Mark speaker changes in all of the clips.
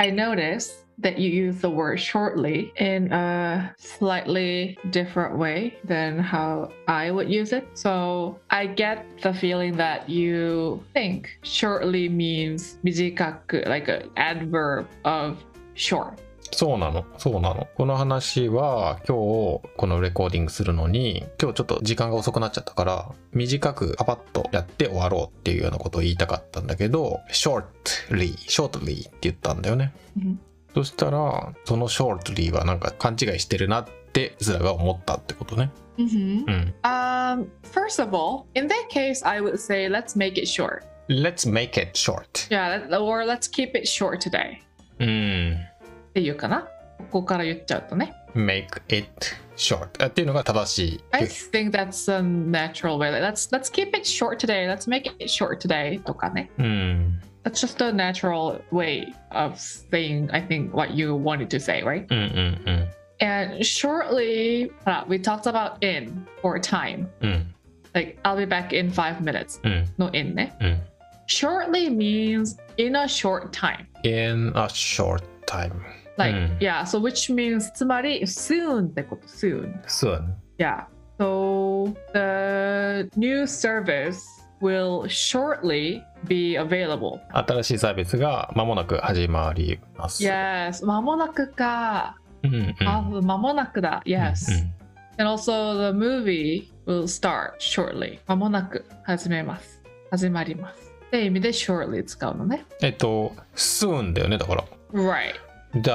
Speaker 1: I noticed that you use the word shortly in a slightly different way than how I would use it. So I get the feeling that you think shortly means 短く, like an adverb of short.
Speaker 2: そうなのそうなのこの話は今日このレコーディングするのに今日ちょっと時間が遅くなっちゃったから短くパパッとやって終わろうっていうようなことを言いたかったんだけど shortly shortly って言ったんだよねそしたらその shortly はなんか勘違いしてるなってズラが思ったってことね
Speaker 1: Mm-hmm.
Speaker 2: うん
Speaker 1: Um, first of all, in that case, I would say let's make it short.
Speaker 2: Let's make it short
Speaker 1: Yeah, let- or let's keep it short today.
Speaker 2: うん
Speaker 1: っていうかな。ここから言っちゃうとね。
Speaker 2: make it short っていうのが正しい
Speaker 1: I think that's a natural way. Like, let's let's keep it short today. Let's make it short today. とかね。
Speaker 2: うん
Speaker 1: That's just a natural way of saying, I think, what you wanted to say, right?
Speaker 2: うんうん
Speaker 1: And shortly, uh, we talked about in or time.
Speaker 2: うんうん
Speaker 1: Like, I'll be back in five minutes.
Speaker 2: うん
Speaker 1: No in ね。
Speaker 2: うん
Speaker 1: Shortly means in a short time.
Speaker 2: in a short time
Speaker 1: Like,
Speaker 2: うん
Speaker 1: yeah, so which means つまり soon ってこと soon.
Speaker 2: soon
Speaker 1: Yeah. So the new service will shortly be available.
Speaker 2: 新しいサービスが間もなく始まります。
Speaker 1: Yes. Hmm. 間もなくか。
Speaker 2: うんうん
Speaker 1: あ、間もなくだ。Yes.
Speaker 2: うんうん
Speaker 1: And also the movie will start shortly. 間もなく始めます。始まります。って意味で shortly 使うのね。
Speaker 2: えっと、soon だよね、だから。
Speaker 1: Right.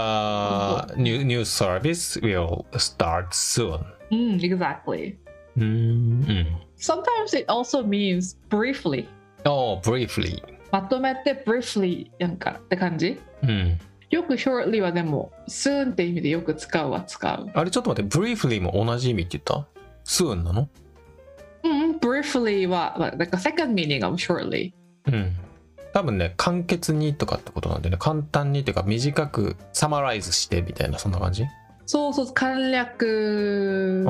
Speaker 2: The new, new service will start soon.
Speaker 1: うん、exactly. Hmm,
Speaker 2: うんうん。
Speaker 1: Sometimes it also means briefly.
Speaker 2: Oh, briefly.
Speaker 1: まとめて briefly なんかって感じ
Speaker 2: うん。
Speaker 1: よく shortly はでも soon って意味でよく使うは使う。
Speaker 2: あれ、ちょっと待って、briefly も同じ意味って言った ?soon なの
Speaker 1: うん、briefly は、まあなんか second meaning of shortly。
Speaker 2: うん。多分ね、簡潔にとかってことなんだよね。簡単にっていうか、短くサマライズしてみたいな、そんな感じ
Speaker 1: そうそう、簡略
Speaker 2: うんうん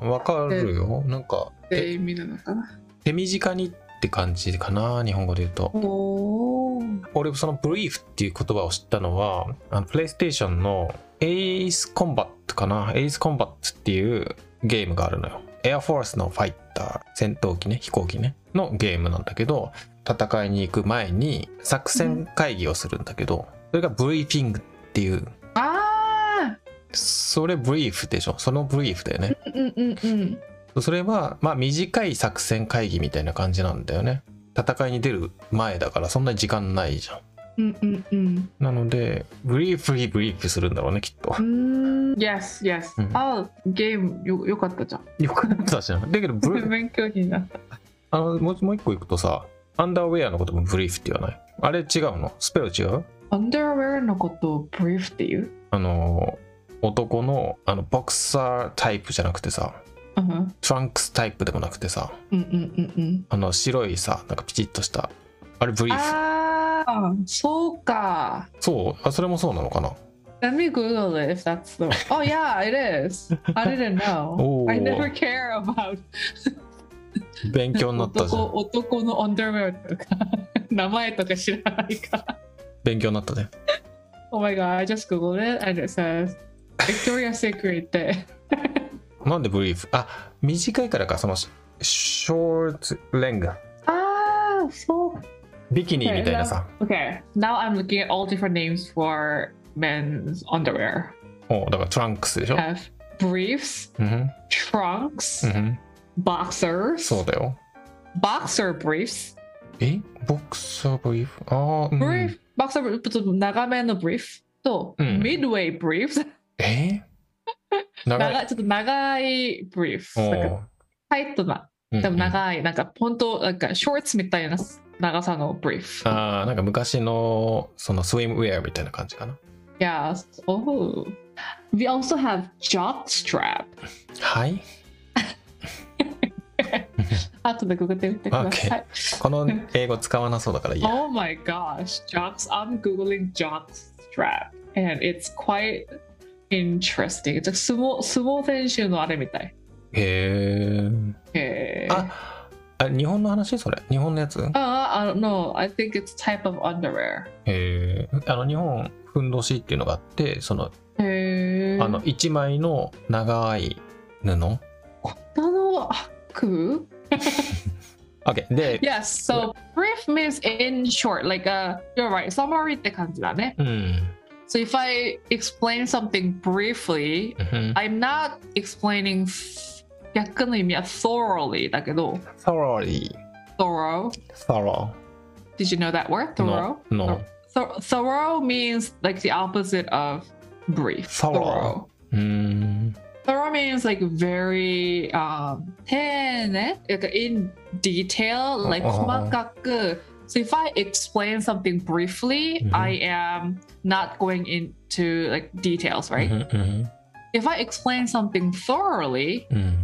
Speaker 2: うん。わかるよ。なんか、
Speaker 1: って意味なのかな。
Speaker 2: 手短にって感じかな、日本語で言うと。
Speaker 1: おお。
Speaker 2: 俺そのブリーフっていう言葉を知ったのはあのプレイステーションのエースコンバットかなエースコンバットっていうゲームがあるのよエアフォースのファイター戦闘機ね飛行機ねのゲームなんだけど戦いに行く前に作戦会議をするんだけど、それがブリーフィングっていう
Speaker 1: ああ
Speaker 2: それブリーフでしょそのブリーフだよね
Speaker 1: うんうんうん。
Speaker 2: それはまあ短い作戦会議みたいな感じなんだよね戦いに出る前だからそんなに時間ないじゃん
Speaker 1: うんうんうん。
Speaker 2: なので、ブリーフリーブリーフするんだろうね、きっと
Speaker 1: う。ん。Yes, yes.
Speaker 2: うん
Speaker 1: ああ、ゲームよよかったじゃん。
Speaker 2: よかったじゃん。だけど、ブリ
Speaker 1: 勉強になった。
Speaker 2: あのもう、もう一個いくとさ、アンダーウェアのこともブリーフって言わない。あれ違うのスペル違う
Speaker 1: underwear のことを brief って言う
Speaker 2: あのー、男の、あの、ボクサータイプじゃなくてさ、
Speaker 1: うんうん
Speaker 2: トランクスタイプでもなくてさ、
Speaker 1: うんうんうん。
Speaker 2: あの、白いさ、なんかピチッとした、あれブリーフ。
Speaker 1: ああ、そうか。
Speaker 2: そうあ、それもそうなのか な
Speaker 1: Let me Google it if that's the. Oh yeah, it is. I didn't know.
Speaker 2: Oh.
Speaker 1: I never care about
Speaker 2: 勉強になったじゃ
Speaker 1: 男男
Speaker 2: ん。
Speaker 1: の underwear とか 名前とか知らないから。
Speaker 2: 勉強になったね。
Speaker 1: Oh my god, I just googled it and it says Victoria's Secret って。
Speaker 2: なんでブリーフあ、短いからか、その、ショートレンガ。
Speaker 1: ああ、そう。
Speaker 2: ビキニみたいなさ。
Speaker 1: Ah, Okay, now I'm looking at all different names for men's underwear.
Speaker 2: おだからトランクスでしょ
Speaker 1: I、have briefs,
Speaker 2: うんふん
Speaker 1: trunks,
Speaker 2: うんふん、
Speaker 1: boxers,
Speaker 2: そうだよ。
Speaker 1: boxer briefs,
Speaker 2: えボクサーブリーフああ、うん、
Speaker 1: brief, boxer brief ちょっと長めの brief と、
Speaker 2: うん
Speaker 1: midway briefs
Speaker 2: え長い。
Speaker 1: 長いちょっと長い brief
Speaker 2: お
Speaker 1: なんか
Speaker 2: ー
Speaker 1: タイトな
Speaker 2: うん
Speaker 1: でも長いなんか本当なんかショーツみたいな長さの brief
Speaker 2: ああ、なんか昔のそのスイムウェアみたいな感じかな。
Speaker 1: yeah oh we also have jock strap
Speaker 2: はい。
Speaker 1: 後でググってみてください、
Speaker 2: この英語使わなそうだからいいや。
Speaker 1: oh my gosh jocks I'm googling jock strap and it's quite interesting じゃ相撲相撲選手のあれみたい
Speaker 2: へえ。
Speaker 1: へー
Speaker 2: ああ日本の話それ日本のやつ
Speaker 1: Uh, I don't know. I think it's type of underwear.
Speaker 2: えーあの日本ふんどしっていうのがあってその
Speaker 1: へー
Speaker 2: あの1枚の長い布
Speaker 1: 女の服
Speaker 2: OK で、
Speaker 1: Yes, so brief means in short, like a you're right, summary って感じだね。
Speaker 2: うん、
Speaker 1: So if I explain something briefly,
Speaker 2: うん
Speaker 1: I'm not explaining f- 逆の意味は thoroughly だけど、
Speaker 2: thoroughly
Speaker 1: thorough.
Speaker 2: thorough
Speaker 1: Did you know that word? Thorough?
Speaker 2: no no
Speaker 1: Thor- thorough means like the opposite of brief.
Speaker 2: Thorough. うーん
Speaker 1: Thorough means like very um 丁寧 like in detail, like
Speaker 2: Uh-huh.
Speaker 1: 細かく. So if I explain something briefly,
Speaker 2: Mhm.
Speaker 1: I am not going into like details, right?
Speaker 2: うん
Speaker 1: If I explain something thoroughly,
Speaker 2: うんうん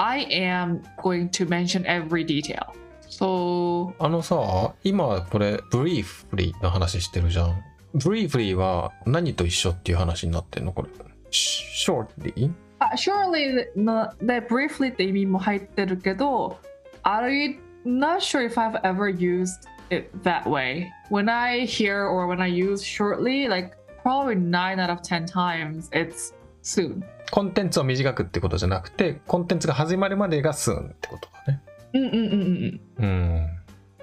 Speaker 1: I am going to mention every detail. So
Speaker 2: あのさ今これ briefly の話してるじゃん briefly は何と一緒っていう話になってんのこれ shortly?
Speaker 1: uh, surely the, the briefly って意味も入ってるけど I not sure if I've ever used it that way. When I hear or when I use shortly, like probably nine out of ten times, it's soon.
Speaker 2: コンテンツを短くってことじゃなくてコンテンツが始まるまでが soon ってことだね
Speaker 1: Mm, うんうんうんうん。
Speaker 2: うん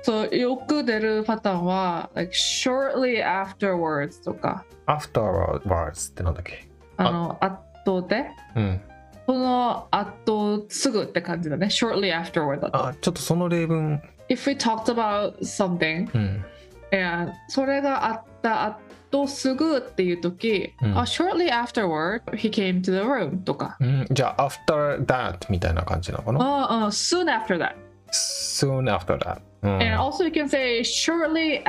Speaker 1: そうよく出るパターンは、like shortly afterwards とか、
Speaker 2: afterwards ってなんだっけ
Speaker 1: あの、あとで、
Speaker 2: うん。
Speaker 1: その後すぐって感じだね。shortly afterward だと。
Speaker 2: あ、ちょっとその例文。
Speaker 1: If we talked about something,
Speaker 2: うん。
Speaker 1: and それがあった後すぐっていう時、
Speaker 2: うん
Speaker 1: あ shortly afterward he came to the room とか、
Speaker 2: うん、じゃあ、after that みたいな感じなのかな
Speaker 1: ああ soon after that、
Speaker 2: ?soon after that。
Speaker 1: and also you can say shortly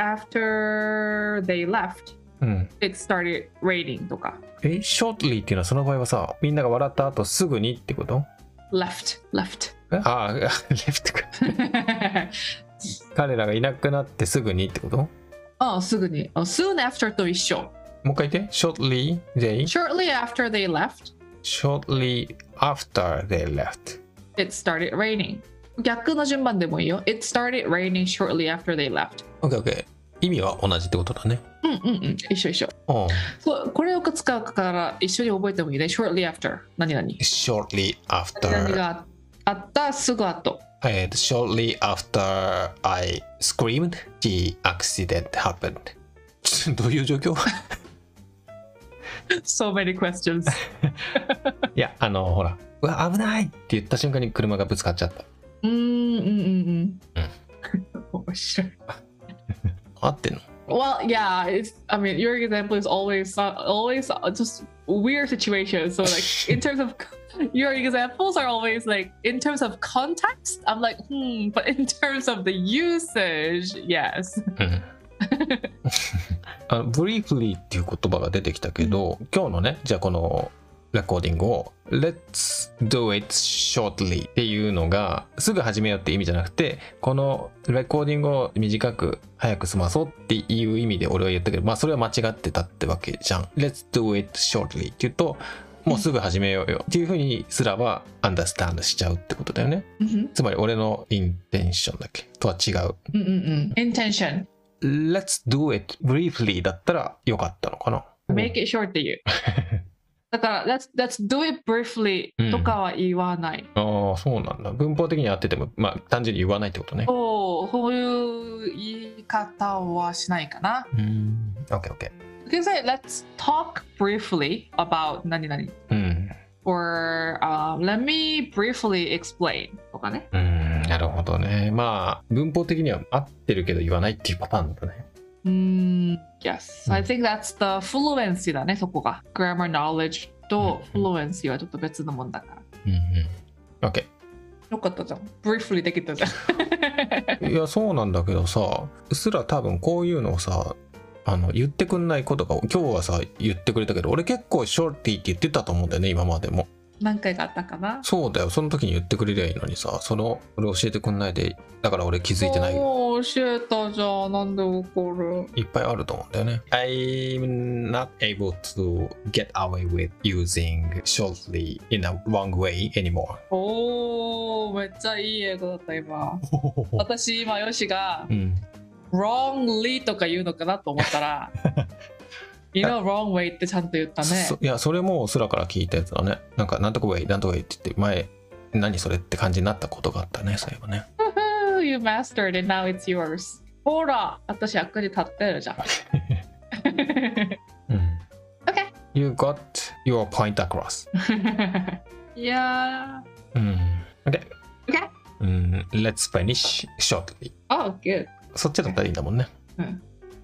Speaker 1: after they left
Speaker 2: うん。うん。
Speaker 1: it started raining とか
Speaker 2: え、shortly っていうのはその場合はさ、みんなが笑った後すぐにってこと
Speaker 1: left left
Speaker 2: えあ、left か。彼らがいなくなってすぐにってことも
Speaker 1: あすぐにあ soon after と一緒
Speaker 2: う一回言って。shortly they,
Speaker 1: shortly after they left
Speaker 2: shortly after they left.
Speaker 1: it started raining 逆の順番でもいいよ it started raining shortly after they left
Speaker 2: OK, OK. 意味は同じってことだね。
Speaker 1: うんうんうん一緒一緒
Speaker 2: うん。
Speaker 1: そうこれよく使うから一緒に覚えてもいいね。shortly after 何々。
Speaker 2: shortly
Speaker 1: 何
Speaker 2: after,
Speaker 1: があったすぐ後。
Speaker 2: えー shortly after I screamed, the accident happened. どういう状況
Speaker 1: So many questions.
Speaker 2: いや、あの、ほら、うわ、危ないって言った瞬間に車がぶつかっちゃった。
Speaker 1: うーんうんうん うん。面白い。
Speaker 2: 合ってんの
Speaker 1: Well, yeah, it's, I mean, your example is always, uh, always just weird situations. So, like, in terms of your examples are always like, in terms of context, I'm like, hmm, but in terms of the usage, yes.
Speaker 2: うん。あの、briefly っていう言葉が出てきたけど、今日のね、じゃあこのレコーディングを、let's do it shortly っていうのが、すぐ始めようって意味じゃなくて、このレコーディングを短く、早く済まそうっていう意味で俺は言ったけど、まあそれは間違ってたってわけじゃん。let's do it shortly って言うと、もうすぐ始めようよっていうふうにすらは understand しちゃうってことだよね。
Speaker 1: うん
Speaker 2: つまり俺のインテンションだっけとは違う。
Speaker 1: うんうんうん。intention.
Speaker 2: Let's do it briefly だったらよかったのかな。
Speaker 1: make it short って いう。だから、let's, let's do it briefly
Speaker 2: うん
Speaker 1: とかは言わない。
Speaker 2: ああ、そうなんだ。文法的に合ってても、まあ単純に言わないってことね。
Speaker 1: そう、こういう言い方はしないかな。
Speaker 2: うん。OK, OK。
Speaker 1: You can say, let's talk briefly about 何々。
Speaker 2: うん。
Speaker 1: or、let me briefly explain とかね。
Speaker 2: うん、なるほどね。まあ、文法的には合ってるけど言わないっていうパターンだね。
Speaker 1: うーん、yes.
Speaker 2: うん
Speaker 1: I think that's the fluency だね、そこが。grammar knowledge と
Speaker 2: うん
Speaker 1: fluency はちょっと別のもんだから。
Speaker 2: うんうん。OK。
Speaker 1: よかったじゃん。briefly できたじゃん。
Speaker 2: いやそうなんだけどさうっすら多分こういうのをさあの言ってくんないことが今日はさ言ってくれたけど俺結構ショーティーって言ってたと思うんだよね今までも
Speaker 1: 何回かあったかな
Speaker 2: そうだよその時に言ってくれりゃいいのにさその俺教えてくんないでだから俺気づいてないよ
Speaker 1: もう教えたじゃんなんで怒る
Speaker 2: いっぱいあると思うんだよね。I'm not able to get away with using shortly in a wrong way anymore.
Speaker 1: おーめっちゃいい英語だった今私今ヨシが
Speaker 2: うん、
Speaker 1: wrongly とか言うのかなと思った ら You know wrong way ってちゃんと言ったね
Speaker 2: そいやそれもスラから聞いたやつだねなんかなんとかウェイなんとかウェイって言って前何それって感じになったことがあったねそういえばね
Speaker 1: Woohoo! You mastered it now it's yours ほら私役に立ってるじゃん
Speaker 2: うん
Speaker 1: Okay.
Speaker 2: You got your point across
Speaker 1: いや
Speaker 2: うん OK
Speaker 1: Okay.
Speaker 2: うん Let's finish shortly
Speaker 1: ー Oh good
Speaker 2: そっちだったらいいんだもんね
Speaker 1: うん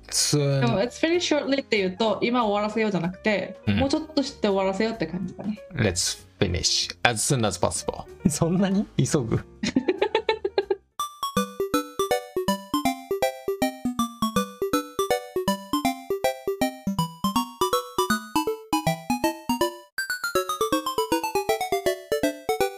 Speaker 2: Soon
Speaker 1: でも It's very shortly って言うと今終わらせようじゃなくて、
Speaker 2: うん
Speaker 1: もうちょっとして終わらせようって感じだね
Speaker 2: Let's finish as soon as possible そんなに急ぐ